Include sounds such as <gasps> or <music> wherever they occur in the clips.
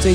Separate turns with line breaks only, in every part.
最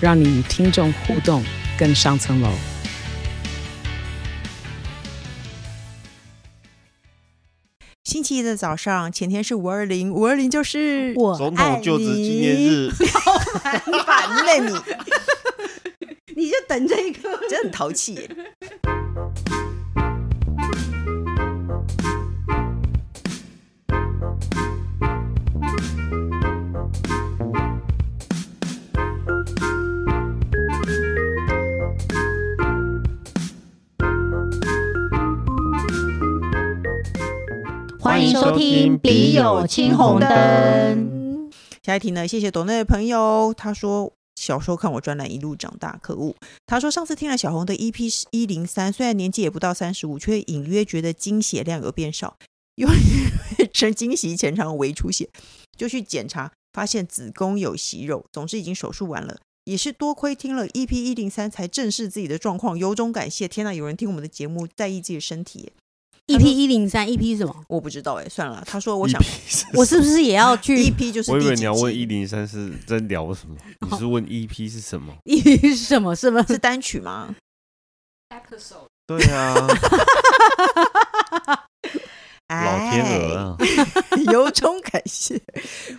让你与听众互动更上层楼。
星期一的早上，前天是五二零，五二零就是
我
总统就职纪念日， <laughs>
你烦嘞你， <laughs>
爱你，你就等这个。
真的很淘气耶。
欢迎收听《笔友青红灯》。
下一题呢？谢谢董内的朋友，哦他说小时候看我专栏一路长大，可恶。他说上次听了小红的 EP 一零三，虽然年纪也不到三十五，却隐约觉得经血量有变少，因为 <laughs> 曾经洗前常微出血，就去检查，发现子宫有息肉，总之已经手术完了。也是多亏听了 EP 一零三，才正视自己的状况，由衷感谢！天呐，有人听我们的节目，在意自己的身体耶，
EP E 一零三，EP 是什么？
我不知道哎，算了。他说， <laughs> 我想
EP ，E 是
我是不是也要 <laughs> 去
EP 就是
E 我以
第
为
几
你要问
集
一零三是在聊什么，
哦
你是问 EP 是什么？
EP 是
<laughs>
什么？是吗？
是单曲吗？
对啊， <laughs> 老天鹅
哎
啊！
哎
<laughs> 由衷感谢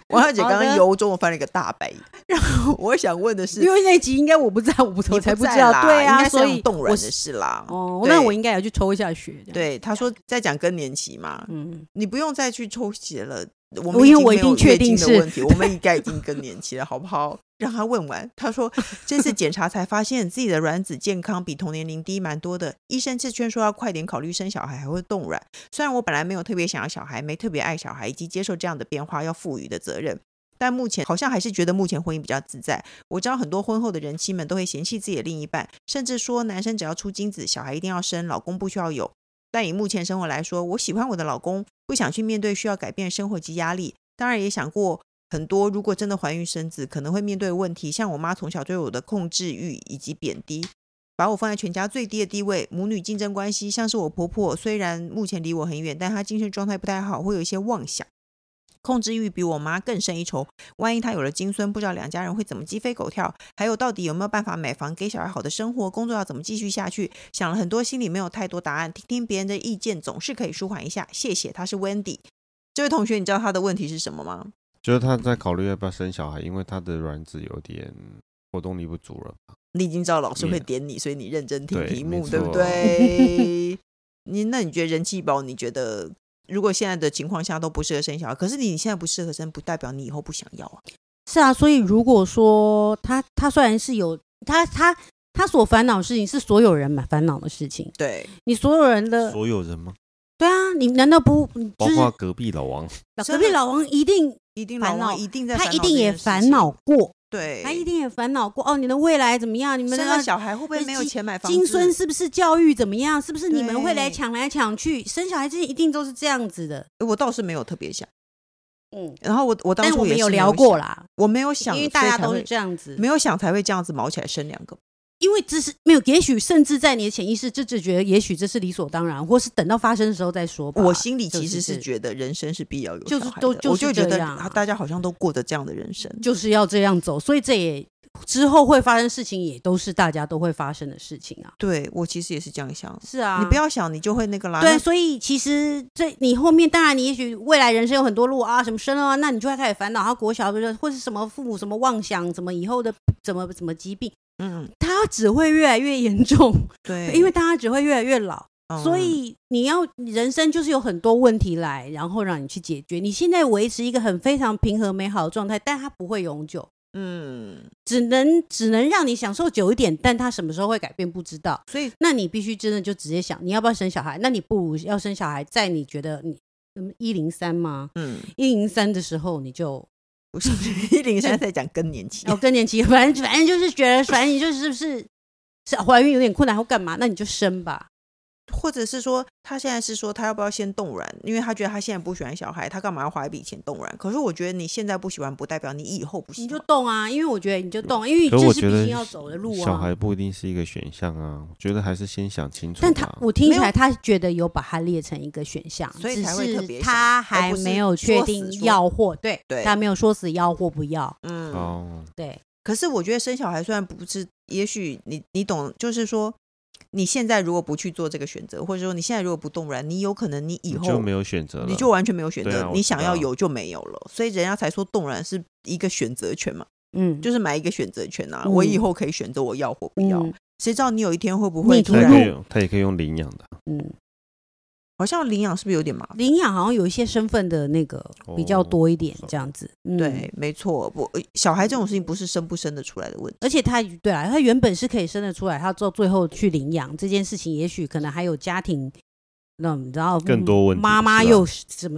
王小姐。刚
好
刚
的
由衷我翻了一个大白眼。然后我想问的是，
因为那集应该我不在，我不
你
我才
不在
知道
啦。
对
应
啊，
该是
所
用
以
动人
我
的事啦。
哦，
对
那我应该也要去抽一下血。这样，
对他说在讲更年期嘛，
嗯，
你不用再去抽血了。我
我
们
因为
经
我
没
已
有
经确
月
定
经的
是
问题，我们应
<laughs>
该已经更年期了，好不好？让他问完。他说这次检查才发现自己的卵子健康比同年龄低蛮多的，医生是劝说要快点考虑生小孩，还会冻卵。虽然我本来没有特别想要小孩，没特别爱小孩，以及接受这样的变化要赋予的责任。但目前好像还是觉得目前婚姻比较自在。我知道很多婚后的人妻们都会嫌弃自己的另一半，甚至说男生只要出精子，小孩一定要生，老公不需要有。但以目前生活来说，我喜欢我的老公，不想去面对需要改变生活及压力。当然也想过很多，如果真的怀孕生子，可能会面对的问题，像我妈从小对我的控制欲以及贬低，把我放在全家最低的地位，母女竞争关系，像是我婆婆，虽然目前离我很远，但她精神状态不太好，会有一些妄想。控制欲比我妈更胜一筹，万一她有了金孙，不知道两家人会怎么鸡飞狗跳。还有，到底有没有办法买房，给小孩好的生活，工作要怎么继续下去？想了很多，心里没有太多答案。听听别人的意见，总是可以舒缓一下。谢谢，他是 Wendy。这位同学，你知道他的问题是什么吗？
<laughs> 就是他在考虑要不要生小孩，因为他的卵子有点活动力不足了吧。
你已经知道老师会
嗯
点你，所以你认真听
对
题
没
目，
错
对不对？
<laughs>
你那你觉得人气宝，你觉得如果现在的情况下都不适合生小孩，可是你现在不适合生，不代表你以后不想要啊。
是啊，所以如果说他他虽然是有他他他所烦恼的事情是所有人嘛烦恼的事情，
对，
你所有人的
所有人吗？
对啊，你难道不你
包
呃就是
括隔壁老王，
老隔壁老王一定
一定老
烦
王
恼
一定在烦
他
恼
一定
这
也
件事情
烦恼，过，
对，
他一定也烦恼过哦，你的未来怎么样？你们
生
的
了小孩会不会没有钱买房子？
金孙是不是教育怎么样？是不是你
对
们会来抢来抢去？生小孩之前一定都是这样子的，
我倒是没有特别想。
嗯，
然后我我当
但
初
我
也
们
是
有
没
聊过
想，
啦，
我没有想，
因为大家
所以才
都
会
是这样子，
没有想才会这样子毛起来生两个。
因为只是没有，也许甚至在你的潜意识就只觉得，也许这是理所当然，或是等到发生的时候再说吧。
我心里其
就
实
是
是觉得人生是必要有
就是
小孩
都
的
就
我
是
就觉
这
得
样啊
大家好像都过着这样的人生。
就是要这样走，所以这也之后会发生事情，也都是大家都会发生的事情啊。
对我其实也是这样想，
是啊，
你不。要想，你就会那个啦。
对，
啊那
所以其实这你后面当然，你也许未来人生有很多路啊，什么生啊，那你就会开始烦恼。他国小就是或是什么父母什么妄想，什么以后的怎么怎么疾病，
嗯，
它只会越来越严重，
<laughs> 对，
因为大家只会越来越老。
嗯
所以你要人生就是有很多问题来，然后让你去解决。你现在维持一个很非常平和美好的状态，但它不会永久，
嗯，
只能只能让你享受久一点，但它什么时候会改变不知道。
所以
那你必须真的就直接想，你要不要生小孩？那你不如要生小孩，在你觉得你嗯一零三吗？ <laughs>
嗯，
一零三的时候你就
不是 <laughs> 一零三在讲更年期
然，后更年期， <laughs> 反正反正就是觉得，反正你就是不是是怀孕有点困难或干嘛，那你就生吧。
或者是说他现在是说他要不要先冻卵，因为他觉得他现在不喜欢小孩，他干嘛要花一笔钱冻卵？可是我觉得你现在不喜欢，不代表你以后不喜
你
欢。
就动啊，因为我觉得你就动，因为
可是
这
我
是
觉
必
得
经要走的路
小
啊
孩。不一定是一个选项啊，我觉得还是先想清楚吧。
但他我听
没
起
有
来，他觉得有把它列成一个选项，
所以
只
才会特别
是
想
他
而
还
不是
没有确
说死
定
说
要或对，
对
他没有说死要或不要，
嗯，
哦，
对，
可是我觉得生小孩虽然不是，也许你你懂，就是说你现在如果不去做这个选择，或者说你现在如果不动卵，你有可能你以
你
后
就没有选择了，
你就完全没有选
对
择，
啊我
你
知
想要
道
有就没有了，所以人家才说动卵是一个选择权嘛，
嗯，
就是买一个选择权啊，
嗯
我以后可以选择我要或不要，
嗯
谁知道你有一天会不
逆
会突
他也
天
然
路
可以用，他也可以用领养的，
嗯，
好像领养是不是有点麻烦？
领养好像有一些身份的那个比较
哦
多一点
是，
这样子，嗯、
对，没错，不，呃小孩这种事情不是生不生得出来的问题，
而且他对啊，他原本是可以生得出来，他到最后去领养这件事情，也许可能还有家庭，那你知道
更多问题
嗯妈妈
是啊
又是怎么，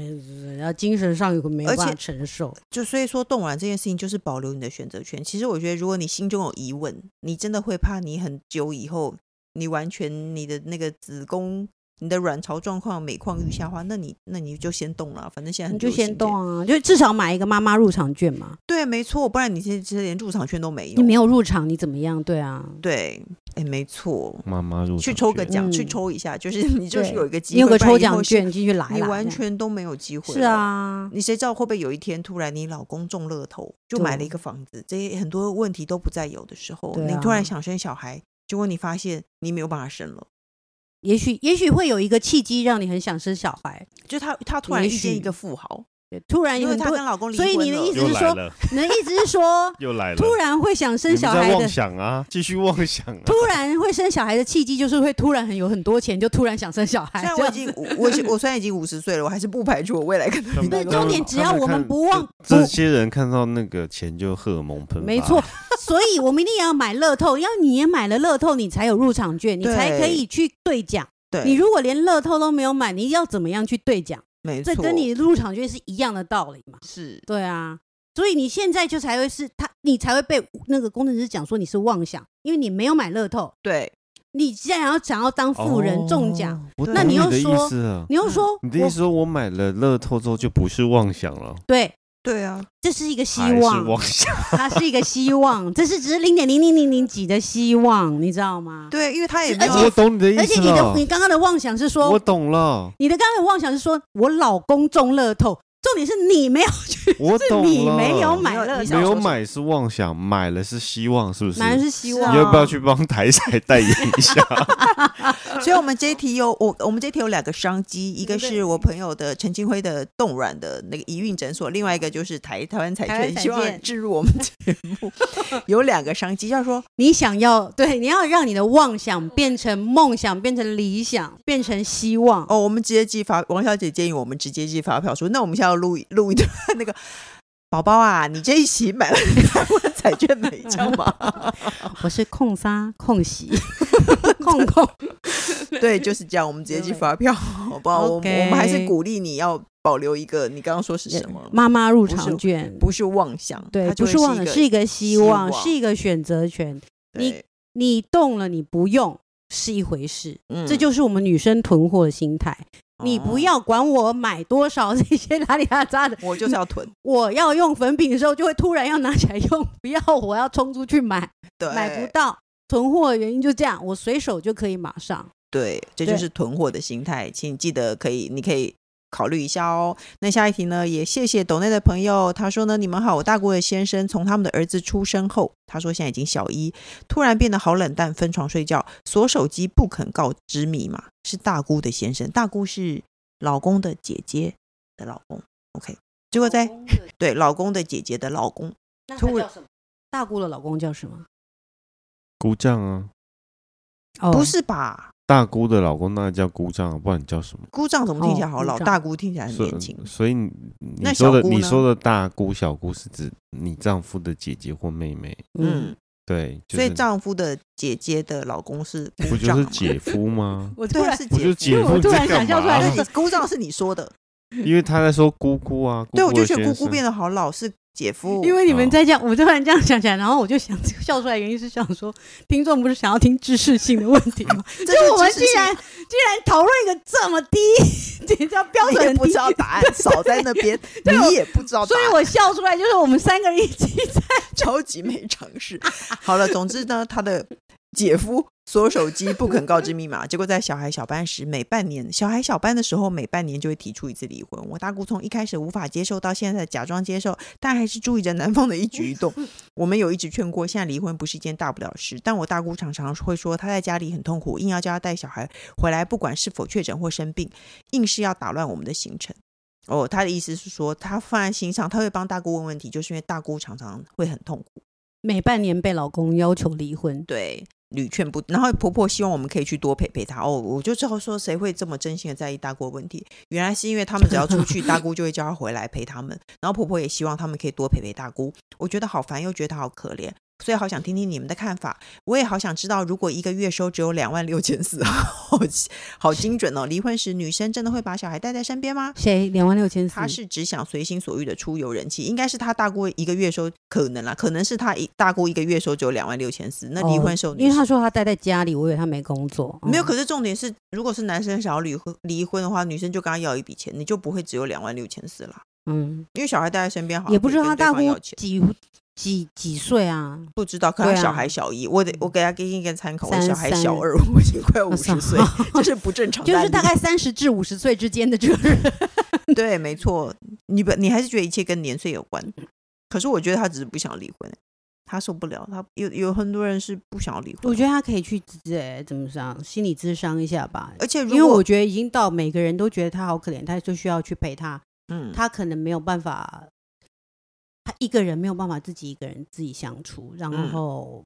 然后精神上有个没有
而
办法
且
承受，
就所以说动卵这件事情就是保留你的选择权。其实我觉得，如果你心中有疑问，你真的会怕你很久以后，你完全你的那个子宫、你的卵巢状况每况愈下的话，那你那你就先动了，反正现在
你
很
就
流行
先
这样
动啊，就至少买一个妈妈入场券嘛，
对，没错，不然你现在其实连入场券都没有。
你没有入场你怎么样？对啊，
对，哎，没错，
妈妈入
去
场
抽个
券
奖，去
嗯
抽一下，就是 <laughs> 你就是
对
有一个机会，
你有个
不然
抽
以后
奖
是
券，你进去来啦，
你完
这样
全都没有机会。
是，啊，
你谁知道会不会有一天突然你老公中乐透，就买了一
对
个房子，这些很多问题都不再有的时候，
对
你突然
啊
想生小孩，结果你发现你没有办法生了，
也许也许会有一个契机让你很想生小孩，
就他他突然
也
遇见一
许
个富豪，
对突然
因为
很
他
多
跟，老公离
所
婚
以
了，
你的意思
又
是
来
说
了，，
你的意思是说
又来了，
突然会想生小孩
你们在
的
妄想啊， <laughs> 继续妄想啊，
突然会生小孩的契机，就是会突然很有很多钱，就突然想生小孩
虽然。我
这
已
样
经
子
我我已经我虽然已经五十岁了，我还是不排除我未来可能
他
遇
们
到
对
这
他们
种
重点
他
只要
们
我们
看
不忘
这
不
这些人看到那个钱就荷尔蒙喷发，
没错，所以我们一定要买乐透，要你也买了乐透，你才有入场券，你
对
才可以去兑奖。
对，
你如果连乐透都没有买，你要怎么样去兑奖？
没错，
这跟你入场券是一样的道理嘛？
是
对啊，所以你现在就才会是他，你才会被那个工程师讲说你是妄想，因为你没有买乐透，
对，
你既然要想要当富人中奖，
哦，我
对
那
懂
你又
的意
说
思了
你又说
你的意
我
思说我买了乐透之后就不是妄想了，
对，
对啊，
这是一个希
还是
望。
妄想，
它是一个希望，这是只是零点零零零零几的希望，你知道吗？
对，因为他也
是
没
<laughs> 而
有
且
我懂你的意
而且
思
你的
了
你，刚刚的妄想是
哦我
说，
懂了，
你的刚刚的妄想是说我老公中乐透，重点是你没有 <laughs> 去，
我
<laughs> 是
懂
你
了
没有
你
买
有
乐
你
透，
没有
说什
买是妄想，买了是希望，是不是？
男人是希望
啊
你要不要去帮台彩代言一下？ <laughs>
<laughs>
所以，我们这一题有我，我们这一题有两个商机，一个是我朋友的陈金辉的冻卵的那个宜孕诊所，另外一个就是台台湾彩
台湾
券，
彩
希望
券
置入我们节
<laughs>
目。有两个商机，要说
你想要对，你要让你的妄想变成梦想，变成理想，变成希望。
哦，我们直接寄发，王小姐建议我们直接寄发票说，那我们现在要录一录一段那个。宝宝啊，你这一期买了台湾彩券没交
<laughs>
吗？
<laughs> 我是控杀控 <laughs> 喜控控，
对，就是这样，我们直接寄发票，好不好？我们
OK
我们还是鼓励你要保留一个，你刚刚说是什么？
妈妈入
不是
场券，
不是妄想，
对，
它就会
不是忘了，
一
是一个希望，
希望
是一个选择权。
个
你
对
你动了，你不用是一回事，
嗯
这就是我们女生囤货的心态。你不
哦
要管我买多少 <laughs> 这些哪里哪扎的，
我就是要囤，
我要用粉饼的时候就会突然要拿起来用，不要我要冲出去买，
对，
买不到。囤货的原因就这样，我随手就可以马上。
对，这就
对
是囤货的心态，请记得可以，你可以。考虑一下哦。那下一题呢？也谢谢抖内的朋友，他说呢：“你们好，我大姑的先生从他们的儿子出生后，他说现在已经小一，突然变得好冷淡，分床睡觉，锁手机不肯告知密码。是大姑的先生，大姑是老公的姐姐的老公。OK，结果
哦
在对老公的姐姐的老公，
那
突
他
然
叫什么？大姑的老公叫什么？
姑丈啊，
哦
不是吧？
大姑的老公那叫姑丈啊，不然你叫什么？
姑丈怎么听起来好
哦
老？
姑丈？
大姑听起来很
所
年轻。
所以你你
那
说
小
的
姑
你
呢
说的大姑小姑是指你丈夫的姐姐或妹妹，
嗯，，
对，就
所以
是
丈夫的姐姐的老公是
不
姑
就
丈
是
嘛
姐夫吗
<laughs>
我突
对啊，啊
然
是
不就是啊
姐
姐
因为我
夫你
突
在
然
干
想象出
嘛
来
但
啊是
是你姑丈是你说的，
因为他在说姑姑啊，
对，我就觉得
姑
姑姑变
得
得好老，是姐夫，
因为你们
哦
在这样，我突然这样想起来，然后我就想笑出来，原因是想说，听众不是想要听知识性的问题吗？
这
就我们
知
居
识性
然居然讨论一个这么低， <laughs> 这叫标
你
准
也
很
不
低
知，道
<laughs>
答案，少在那边，你也不知道答
所以
案，
我笑出来，就是我们三个人一起在
超级没常识。好了，总之呢，他的姐夫锁手机不肯告知密码，结果在小孩小班时，每半年小孩小班的时候，每半年就会提出一次离婚。我大姑从一开始无法接受，到现在假装接受，但还是注意着男方的一举一动。我们有一直劝过，现在离婚不是一件大不了的事，但我大姑常常会说她在家里很痛苦，硬要叫她带小孩回来，不管是否确诊或生病，硬是要打乱我们的行程。哦，她的意思是说，她放在心上，她会帮大姑问问题，就是因为大姑常常会很痛苦。
每半年被老公要求离婚，
对，屡劝不，然后婆婆希望我们可以去多陪陪她。哦，我就知道说谁会这么真心的在意大姑的问题，原来是因为他们只要出去，大姑就会叫她回来陪他们，然后婆婆也希望他们可以多陪陪大姑。我觉得好烦，又觉得好可怜。所以好想听听你们的看法，我也好想知道，如果一个月收只有两万六千四，好好精准哦！离婚时，女生真的会把小孩带在身边吗？
谁两万六千四？
他是只想随心所欲的出游人气，应该是他大姑一个月收可能啦，可能是他一大姑一个月收只有两万六千四，那离婚收
哦
女
因为
生
他说他待在家里，我以为他没工作，
没有，
嗯
可是重点是，如果是男生想要离婚离婚的话，女生就跟他要一笔钱，你就不会只有两万六千四啦。
嗯，
因为小孩带在身边好像
也不知道
可以
他
跟对
大
方
姑
要钱，
几几几岁啊？
不知道，可能
对
他
啊
小孩小一，我得我给他给你一个参考，我
三
小孩
三，
小二，我已经快五十岁这是不正常的
<laughs> 就
案例，
是大概三十至五十岁之间的这个人，
<laughs>
<laughs>
对，没错，你不你还是觉得一切跟年岁有关，可是我觉得他只是不想离婚，欸他受不了，他有有很多人是不想要离婚，
我觉得他可以去自哎怎么上心理咨商一下吧，
而呃且如
因为
果
我觉得已经到每个人都觉得他好可怜，他就需要去陪他，
嗯，
他可能没有办法，他一个人没有办法自己一个人自己相处，然
嗯
后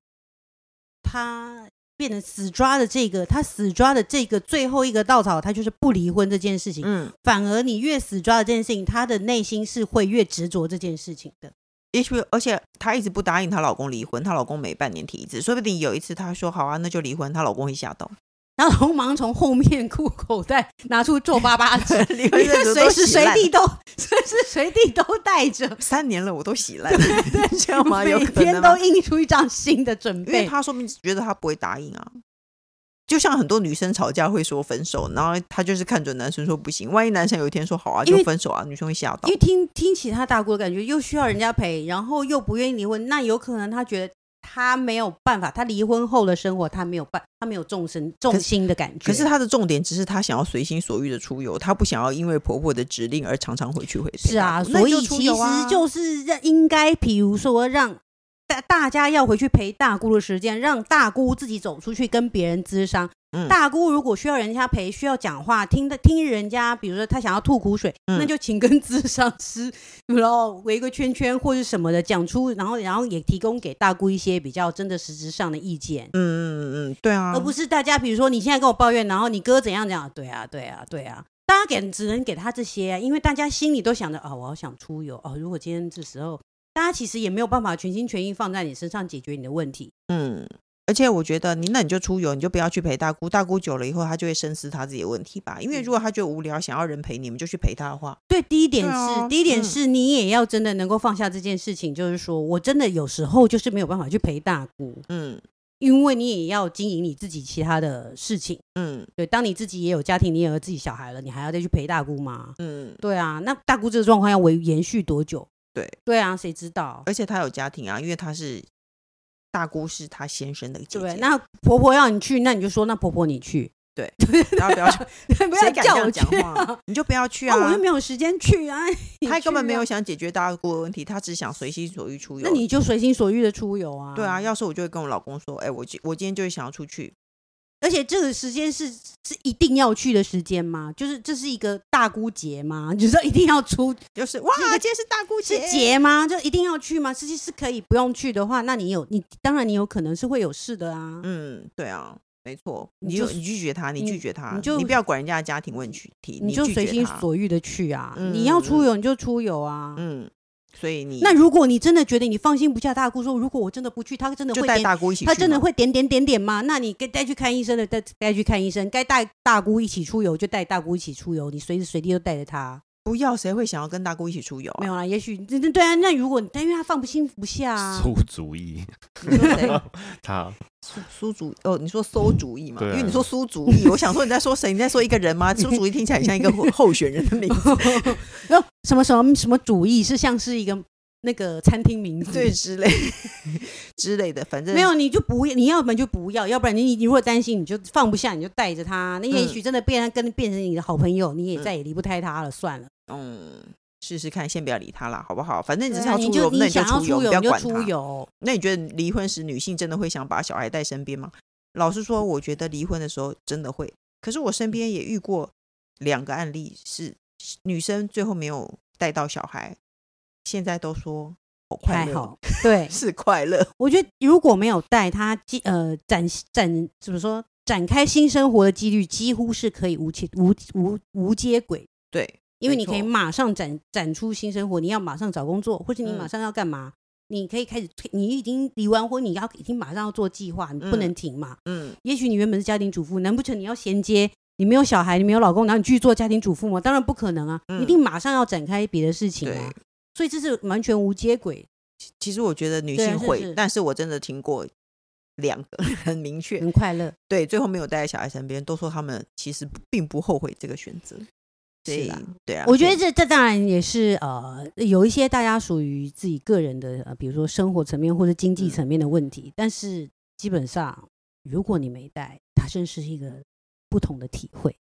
他变得死抓的这个，他死抓的这个最后一个稻草，他就是不离婚这件事情。
嗯，
反而你越死抓的这件事情，他的内心是会越执着这件事情的。
也许而且她一直不答应她老公离婚，她老公每半年提一次，说不定有一次她说好啊，那就离婚，她老公会吓到，，
然后忙从后面裤口袋拿出皱巴巴的纸
<laughs> 离婚证都
啊随时
洗
随
烂
地都随时随地都带着。
三年了我都洗烂了， <laughs> 这样吗？有
每
可能
天
吗
都印出一张新的准
因为
备。
他说明觉得他不会答应啊。就像很多女生吵架会说分手，然后她就是看准男生说不行，万一男生有一天说好啊
因
就
为
分手啊，女生会吓到
因为。听听起他大姑的感觉，又需要人家陪，然后又不愿意离婚，那有可能他觉得他没有办法，他离婚后的生活他没有办，他没有重生重心的感觉。
可是她的重点只是她想要随心所欲的出游，她不想要因为婆婆的指令而常常回去回陪
是
大
啊，
姑那
所
就
以
出
其
游啊
实就是让应该，比如说让大大家要回去陪大姑的时间，让大姑自己走出去跟别人咨商。
嗯
大姑如果需要人家陪，需要讲话，听的听人家，比如说她想要吐苦水，
嗯
那就请跟咨商师，然后围个圈圈或是什么的讲出，然后然后也提供给大姑一些比较真的实质上的意见。
嗯嗯嗯，对啊，
而不是大家，比如说你现在跟我抱怨，然后你哥怎样怎样，对啊，对啊，对啊，大家给只能给他这些啊、因为大家心里都想着啊、我好想出游哦。如果今天这时候，大家其实也没有办法全心全意放在你身上解决你的问题，
嗯。而且我觉得你那你就出游，你就不要去陪大姑。大姑久了以后，她就会深思她自己的问题吧。因为如
嗯
果她觉得无聊，想要人陪你们，就去陪她的话，
对，第一点
对
是，
啊
第一点
嗯
是你也要真的能够放下这件事情，就是说我真的有时候就是没有办法去陪大姑，
嗯
因为你也要经营你自己其他的事情。
嗯
对，当你自己也有家庭，你也有自己小孩了，你还要再去陪大姑吗？
嗯。
对啊，那大姑这个状况要维延续多久？
对
对啊，谁知道？
而且她有家庭啊，因为她是大姑是她先生的姐
对不对
姐，？
那婆婆要你去，那你就说那婆婆你去， <laughs>
大家不要去，
不要
谁敢这
叫我
样
去
讲
<laughs>
话
啊
啊？你就不要去
啊！我
啊
又！没有时间去啊！
<laughs>
你
她根本
去
没
啊
有，想解决大姑的问题，她只想随心所欲出游。
那你就随心所欲的出游啊！
对啊，要是我就会跟我老公说，哎，我今我今天就是想要出去，
而且这个时间是是一定要去的时间吗？就是这是一个大姑节吗？ <laughs> 你知道一定要出
就是哇，
是一个
今天是大姑
是
节，
节吗？就一定要去吗？实际是可以不用去的话，那你有你当然你有可能是会有事的啊。
嗯，对啊，没错，
你
你
就
有你拒绝他，你
你
拒绝他，
你就
不要管人家的家庭问题，
你就
拒
随
绝
心
他
所欲的去啊！
嗯
你要出游你就出游啊！
嗯，所以你
那如果你真的觉得你放心不下大姑说，如果我真的不去，她真的
就
会
带
点
大姑一起去嘛，
他真的会点点点点吗？那你该该去看医生的，带带去看医生；该带大姑一起出游就带大姑一起出游，你随时随地都带着她。
不要，谁会想要跟大姑一起出游、啊？
没有啦，也许对对啊，那如果但因为他放不心不下啊，
出 <laughs> 主意，
你说 <laughs> 谁？
他
苏苏主哦，你说馊主意嘛？
对啊
因为你说苏主意，我想说你在说谁？你在说一个人吗？
<laughs>
苏主意听起来很像一个候候选人的名字，
然后什么什么什么主意是像是一个那个餐厅名字，
对之类之类的，反正
没有，你就不你要不然就不要，要不然你你如果担心，你就放不下，你就带着他。那也许真的变成跟变成你的好朋友，你也再也离不开他了，算了。
嗯，试试看，先不要理他啦，好不好？反正你只是
对
要
啊你
出游，
就
那
你想要
出游，不
出游
要
你就
管
出
他。
游，
那你觉得离婚时女性真的会想把小孩带身边吗？老实说，我觉得离婚的时候真的会。可是我身边也遇过两个案例，是女生最后没有带到小孩，现在都说好快
还
乐，
好。
<laughs>
对，
是快乐。
我觉得如果没有带他，几呃展展怎么说展开新生活的几率几乎是可以无接无无无接轨，
对，
因为
没
你可以
错
马上展展出新生活，你要马上找工作，或者你
嗯
马上要干嘛，你可以开始，你已经离完婚，你要已经马上要做计划，你不
嗯
能停嘛。
嗯，
也许你原本是家庭主妇，难不成你要衔接？你没有小孩，你没有老公，然后你继续做家庭主妇吗？当然不可能啊，
嗯
一定马上要展开别的事情
对
啊。。所以这是完全无接轨，
其实我觉得女
对啊
性
是
会，
是
但是我真的听过两个 <laughs> 很明确，
很快乐。
对，最后没有待在小孩身边，都说他们其实不并不后悔这个选择。所
是
以
啦，
对啊，
我觉
所
得
以
这这当然也是呃，有一些大家属于自己个人的，呃、比如说生活层面或者经济层面的问题。
嗯
但是基本上，如果你没带，它真是一个不同的体
<laughs>
会。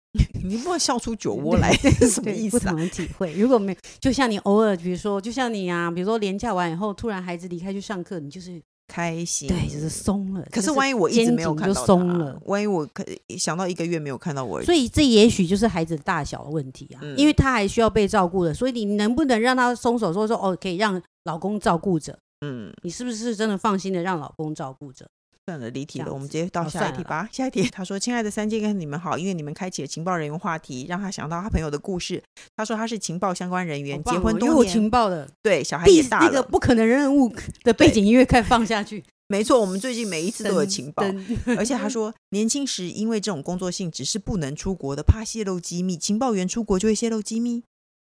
你不要笑出酒窝来， <laughs> 什么
对
意
不
思啊
同？的体会。如果没有，就像你偶尔，比如说，就像你啊，比如说连假完以后，突然孩子离开去上课，你就是
开心，
对，就是松了。
可
就是
万一我一直没有看
肩
到他
颈就松了。
万一我可想到一个月没有看到我，
所以这也许就是孩子的大小的问题啊，
嗯
因为他还需要被照顾的，所以你能不能让他松手说说哦，可以让老公照顾着，
嗯，
你是不是真的放心的让老公照顾着？
算了，离题
这
了，
样
我们直
子
接到
哦
下
算
一题
了
吧。下一题，他说：“亲爱的三金跟你们好，因为你们开启了情报人员话题，让他想到他朋友的故事。他说他是情报相关人员，
好棒
结
哦
婚
因为
多
我
年，
情报的
对小孩
必
也
那
大
个
了。
不可能
<laughs>
任务的背景音乐开始放下去，
没错，我们最近每一次都有情报，
噔
<laughs>
噔
而且他说，年轻时因为这种工作性质是不能出国的，怕泄露机密，情报员出国就会泄露机密。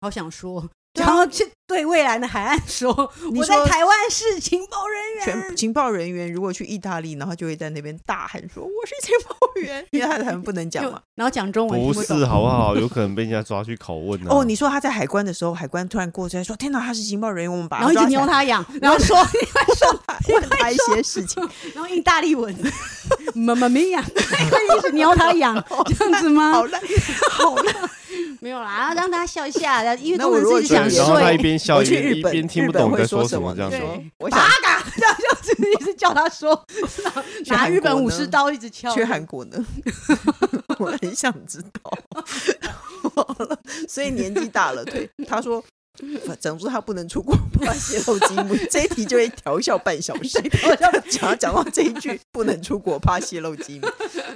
好
<laughs>
想说，
对啊
然后去对未来的海岸说，
你
我在
说
台湾是情报人员，
全情报人员如果去意大利，然后就会在那边大喊说：“我是情报 <laughs> 员！”因为他们不能讲嘛
就。然后讲中文
不
听
是
懂
好不好？有可能被人家抓去拷问啊。
哦，你说他在海关的时候，海关突然过去来说：“天哪，他是情报人员，我
啊
们把
然后
他
一直
抓起
瞄
来。
他痒，然后说，
他”问他一些事 <laughs> 情，
然后意大利文， <laughs> 妈妈
<laughs>
咪呀，一直瞄他痒， <laughs> 这样子吗
好？ <laughs> 烂，好烂。
<laughs> 没有啦，让他笑一下，然后因为
那
中
我
文
如果
是
去
想
日
然后
本
<laughs>
他一
睡，
边笑
哎我
一
去
边
日
一
本，
边听
日
不
本
懂
会
在
说
什
么？
么，这样子哦。
对我
八
想
嘎，这样就是一直叫他说，
去
拿
韩
日
国
本武
呢
士刀一直敲，
去韩国呢？ <laughs> 我很想知道。好了所以年纪大了，对他说。整说他不能出国，怕泄露机密。这一题就会调笑半小时。我要讲讲到这一句，不能出国，怕泄露机密。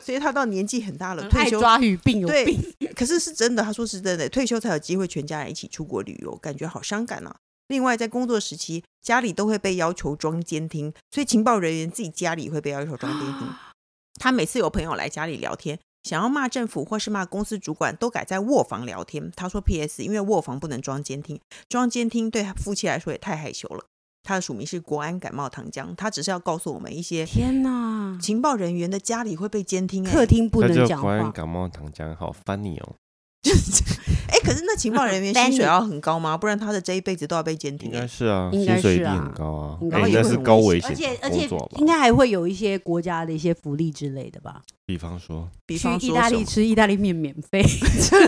所以他到年纪很大了，退
<laughs> 嗯爱
休
抓鱼病有
对
病，
可是是真的，他说是真的，退休才有机会全家人一起出国旅游，感觉好伤感啊。另外，在工作时期，家里都会被要求装监听，所以情报人员自己家里也会被要求装监听。 <gasps> 他每次有朋友来家里聊天，想要骂政府或是骂公司主管，都改在卧房聊天。他说：“P.S. 因为卧房不能装监听，装监听对夫妻来说也太害羞了。”他的署名是国安感冒糖浆，他只是要告诉我们一些
天哪，
情报人员的家里会被监听、欸，
客厅不
他
能
叫
讲
国安
话，
感冒糖浆，好 funny 哦，
哎、可是那情报人员
<laughs>
薪水要很高吗？不然他的这一辈子都要被监
应
听、
该
欸。
是啊，
应该
薪水一
是
定
啊
很高啊
应，该
哎
是
那
会
是
很
高
危
危
险
而
险
且而
工
且
作吧
应？该还会有一些国家的一些福利之类的吧，
比方说，
比
去
方
意
说
大
什
利
么
吃意大利面免费，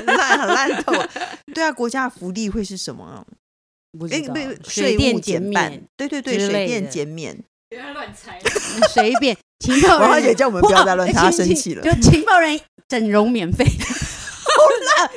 烂很烂透了。对啊，国家的 <laughs> 福利会是什么啊？
不知
哎、
道
对，
水
税
电
务
减
减半
免，，
对对对，
之
水
类
电
的
减
<laughs>
免。
别乱猜，
随便情报
王浩
人
姐
员
叫 <laughs> 我们不要再乱猜，她
哇
生
情
气了。
就情报人整容
<laughs>
免费。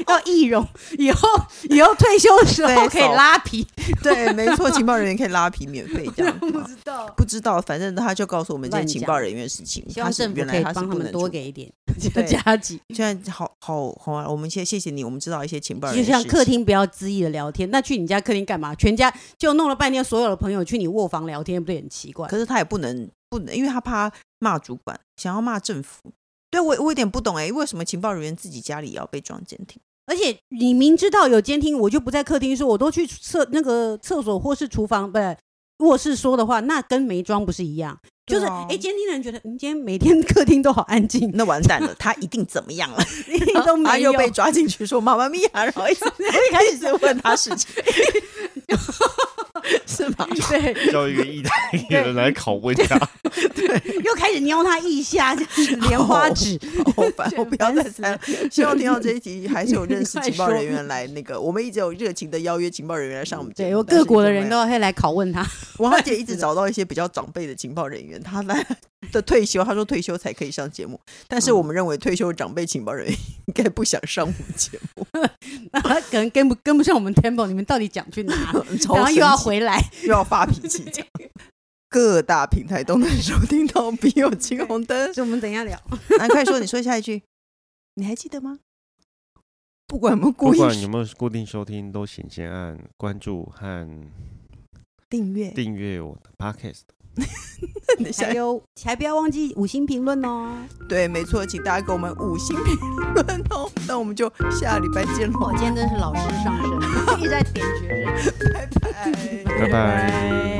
要易容，以后以后退休的时
对
候可以
少
拉皮，
<laughs> 对，没错，情报人员可以拉皮免费这样子
<laughs> 不
吗。
知道。
不知道，反正他就告诉我们这些
乱
情
讲
报人员的事情。
希望
他是
政府
原
可以
来他是
帮他
不能
们多
出
给一点
<laughs> 对
<laughs> 加急，
现在好好好啊！我们先谢谢你，我们知道一些情报人
就
员。
像客，厅不要恣意的聊天，那去你家客厅干嘛？全家就弄了半天，所有的朋友去你卧房聊天，不对，很奇怪
可。是他也不能不能，因为他怕骂主管，欸想要骂政府。对我我有点不懂哎、为什么情报人员自己家里也要被装监听？
而且你明知道有监听，我就不在客厅说，我都去厕那个厕所或是厨房不是卧室说的话，那跟没装不是一样？就是
对啊
哎，监听的人觉得，嗯，今天每天客厅都好安静，
那完蛋了，他一定怎么样了？
一定 <laughs> 都
他
没有
啊又。被抓进去说妈妈咪呀，然后一
<laughs>
直一开始问他事情，是吗？
<laughs>
<laughs>
对，
叫一个意大利人来拷问他，
又开始撩他腋下，这样
<laughs>
子莲花指，
好烦，
<laughs>
我不要再猜了。希望听到这一集，还是有认识
快
情报
说嗯
人员来那个，我们一直有热情的邀约情报人员来上我们节目。
对我
但是
各国的
一直
人
没有
都会来拷问他。 <laughs>
王小姐一直找到一些比较长辈的情报人员，他来 <laughs> 的退休，他说退休才可以上节目，但是
嗯
我们认为退休的长辈情报人员应该不想上我们节目，
他可能跟不跟不上我们 tempo，你们到底讲
<laughs>
去哪？
超
啊然后又要
生气
回来，
<laughs> 又要发脾气，
<laughs>
这样各大平台都能收听到《笔友青红灯》。
所以我们等一下聊。
难快说，你说下一句，你还记得吗？不管我们
不
故意
管有没有固定收听，都请先按关注和
订阅，
订阅我的 podcast。
你 <laughs> 下
还有，还不要忘记五星评论哦。
对，没错，请大家给我们五星评论哦。那我们就下礼拜见喽
我，今天真是老师上身，一直在点学生。
拜拜。
拜拜。